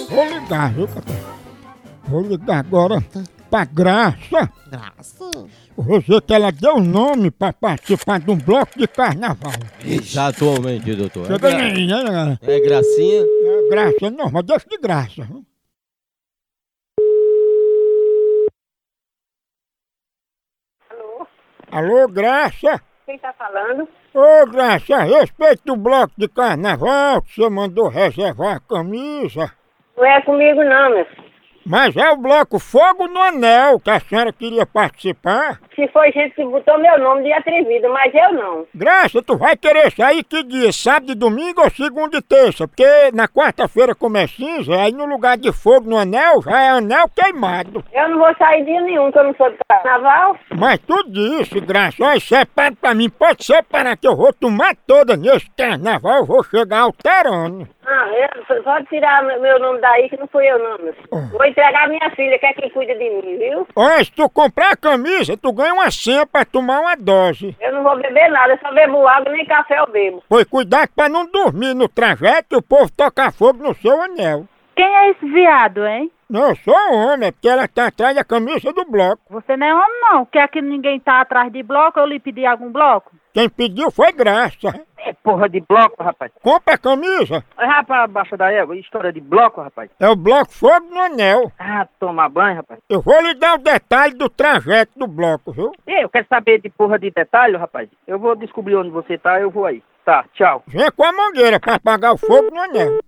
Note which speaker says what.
Speaker 1: ligar, viu, papai? Vou ligar agora pra Graça.
Speaker 2: Graça.
Speaker 1: Você que ela deu o nome pra participar de um bloco de carnaval.
Speaker 3: Já atualmente, doutor.
Speaker 1: Chega aí, né, galera?
Speaker 3: É gracinha.
Speaker 1: É graça, não, mas deixa de graça. viu?
Speaker 4: Alô?
Speaker 1: Alô, Graça?
Speaker 4: Quem tá falando?
Speaker 1: Ô, Graça, a respeito do bloco de carnaval que você mandou reservar a camisa.
Speaker 4: Não é comigo não, meu. filho.
Speaker 1: Mas é o bloco Fogo no Anel que a senhora queria participar.
Speaker 4: Se foi gente que botou meu nome de atrevido, mas eu não.
Speaker 1: Graça, tu vai querer sair que dia? Sábado e domingo ou segunda e terça? Porque na quarta-feira como é cinza, aí no lugar de fogo no anel, já é anel queimado.
Speaker 4: Eu não vou sair dia nenhum, que eu não sou do carnaval.
Speaker 1: Mas tu disse, Graça, olha, separa pra mim, pode separar que eu vou tomar toda nesse carnaval, eu vou chegar alterando.
Speaker 4: Ah, eu, pode tirar meu- meu nome daí, que não fui eu não, meu. filho. Vou entregar minha filha, que é quem cuida de mim, viu?
Speaker 1: Olha, se tu comprar a camisa, tu ganha uma senha pra tomar uma dose.
Speaker 4: Eu não vou beber nada, eu só bebo água, nem café eu bebo.
Speaker 1: Pois cuidado pra não dormir no trajeto e o povo tocar fogo no seu anel.
Speaker 5: Quem é esse viado, hein?
Speaker 1: Não, eu sou homem, é porque ela tá atrás da camisa do bloco.
Speaker 5: Você não é homem, não. Quer que ninguém tá atrás de bloco? Eu lhe pedi algum bloco?
Speaker 1: Quem pediu foi graça.
Speaker 6: É porra de bloco, rapaz.
Speaker 1: Compra a camisa.
Speaker 6: Olha, rapaz, abaixo da égua, história de bloco, rapaz.
Speaker 1: É o bloco Fogo no Anel.
Speaker 6: Ah, tomar banho, rapaz.
Speaker 1: Eu vou lhe dar o detalhe do trajeto do bloco, viu?
Speaker 6: Ei, eu quero saber de porra de detalhe, rapaz. Eu vou descobrir onde você tá, eu vou aí. Tá, tchau.
Speaker 1: Vem com a mangueira pra apagar o fogo no anel.